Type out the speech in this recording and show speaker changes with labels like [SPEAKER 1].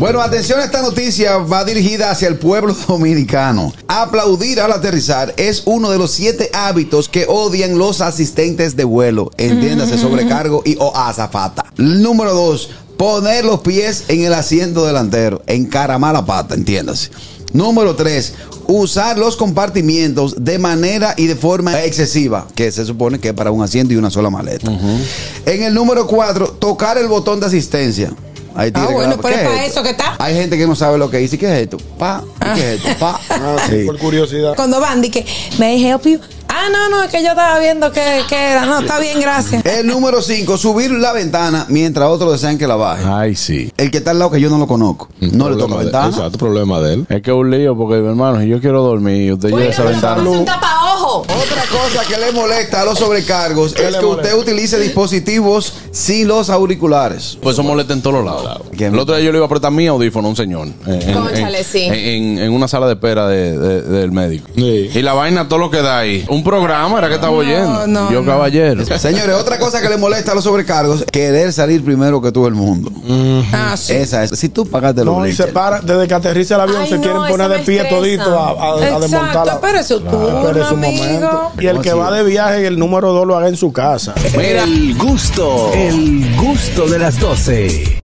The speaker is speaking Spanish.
[SPEAKER 1] Bueno, atención, esta noticia va dirigida hacia el pueblo dominicano. Aplaudir al aterrizar es uno de los siete hábitos que odian los asistentes de vuelo. Entiéndase, sobrecargo y o azafata. Número dos, poner los pies en el asiento delantero, encaramar la pata, entiéndase. Número tres, usar los compartimientos de manera y de forma excesiva, que se supone que es para un asiento y una sola maleta. En el número cuatro, tocar el botón de asistencia. Ahí
[SPEAKER 2] Ah,
[SPEAKER 1] tiene que
[SPEAKER 2] bueno,
[SPEAKER 1] dar-
[SPEAKER 2] pero
[SPEAKER 1] ¿qué
[SPEAKER 2] es para
[SPEAKER 1] esto?
[SPEAKER 2] eso que está.
[SPEAKER 1] Hay gente que no sabe lo que dice. ¿Qué es esto? Pa, ¿y ¿qué es esto? Pa. Ah,
[SPEAKER 2] Ah.
[SPEAKER 1] Sí.
[SPEAKER 3] Por curiosidad.
[SPEAKER 2] Cuando van, di que, may I help you? Ah, no, no, es que yo estaba viendo que, que era. No, está bien, gracias.
[SPEAKER 1] El número 5, subir la ventana mientras otros desean que la baje.
[SPEAKER 4] Ay, sí.
[SPEAKER 1] El que está al lado que yo no lo conozco. No le toca la
[SPEAKER 3] Problema de-
[SPEAKER 1] ventana.
[SPEAKER 3] Exacto, problema de él.
[SPEAKER 4] Es que es un lío, porque, hermano, si yo quiero dormir y usted lleva esa ventana.
[SPEAKER 5] un tapaojo.
[SPEAKER 1] Otra cosa que le molesta a los sobrecargos
[SPEAKER 3] ¿Qué
[SPEAKER 1] es
[SPEAKER 3] le
[SPEAKER 1] que usted
[SPEAKER 3] molesta?
[SPEAKER 1] utilice dispositivos sin los auriculares.
[SPEAKER 6] Pues eso molesta en todos lados.
[SPEAKER 1] ¿Quién?
[SPEAKER 6] El otro día yo le iba a prestar mi audífono a un señor. eh, En, en-
[SPEAKER 5] Cónchale,
[SPEAKER 6] en-
[SPEAKER 5] sí.
[SPEAKER 6] en- en una sala de espera de- de- del médico.
[SPEAKER 3] Sí.
[SPEAKER 6] Y la vaina, todo lo que da ahí. Un programa era que estaba oyendo.
[SPEAKER 2] no,
[SPEAKER 4] Yo,
[SPEAKER 2] no.
[SPEAKER 4] caballero.
[SPEAKER 1] Señores, otra cosa que le molesta a los sobrecargos, querer salir primero que todo el mundo.
[SPEAKER 2] Ah, sí.
[SPEAKER 1] Esa es. Si tú pagaste los
[SPEAKER 3] No, y
[SPEAKER 1] billetes.
[SPEAKER 3] se para, desde que aterriza el avión
[SPEAKER 5] Ay,
[SPEAKER 3] se
[SPEAKER 5] no,
[SPEAKER 3] quieren
[SPEAKER 5] eso
[SPEAKER 3] poner de
[SPEAKER 5] me
[SPEAKER 3] pie
[SPEAKER 5] estresa.
[SPEAKER 3] todito a, a- a
[SPEAKER 2] Exacto,
[SPEAKER 3] desmontarla.
[SPEAKER 2] pero es su turno,
[SPEAKER 3] Pero es un
[SPEAKER 2] amigo.
[SPEAKER 3] momento. Y el que va de viaje, el número 2 lo haga en su casa.
[SPEAKER 7] El gusto, el gusto de las 12.